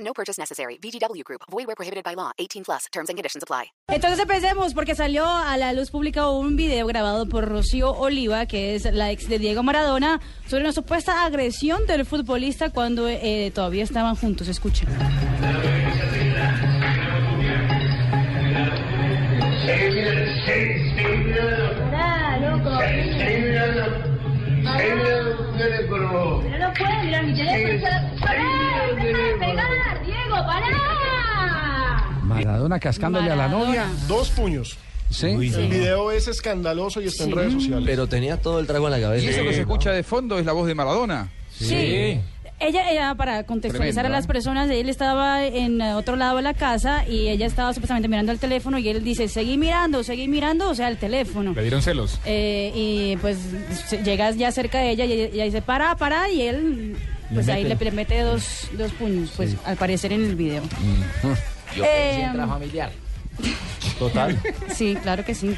No purchase necessary. VGW Group. Void where prohibited by law. 18 plus. Terms and conditions apply. Entonces empecemos porque salió a la luz pública un video grabado por Rocío Oliva, que es la ex de Diego Maradona, sobre una supuesta agresión del futbolista cuando eh, todavía estaban juntos. Escuchen. Pero no cuelga, mi teléfono está... ¡Pará! ¡Deja de pegar, Diego! ¡Pará! Maradona cascándole a la novia. Dos puños. Sí. El video es escandaloso y está en redes sociales. Pero tenía todo el trago en la cabeza. Y eso que se escucha de fondo es la voz de Maradona. Sí. Ella, ella, para contextualizar Tremendo, a las ¿eh? personas, él estaba en eh, otro lado de la casa y ella estaba supuestamente mirando el teléfono y él dice, seguí mirando, seguí mirando, o sea, el teléfono. Le dieron celos. Eh, y pues se- llegas ya cerca de ella y ella ella dice, para, para, y él pues ahí le, le mete dos, dos puños, pues al parecer en el video. Yo Eh, familiar. Total. Sí, claro que sí.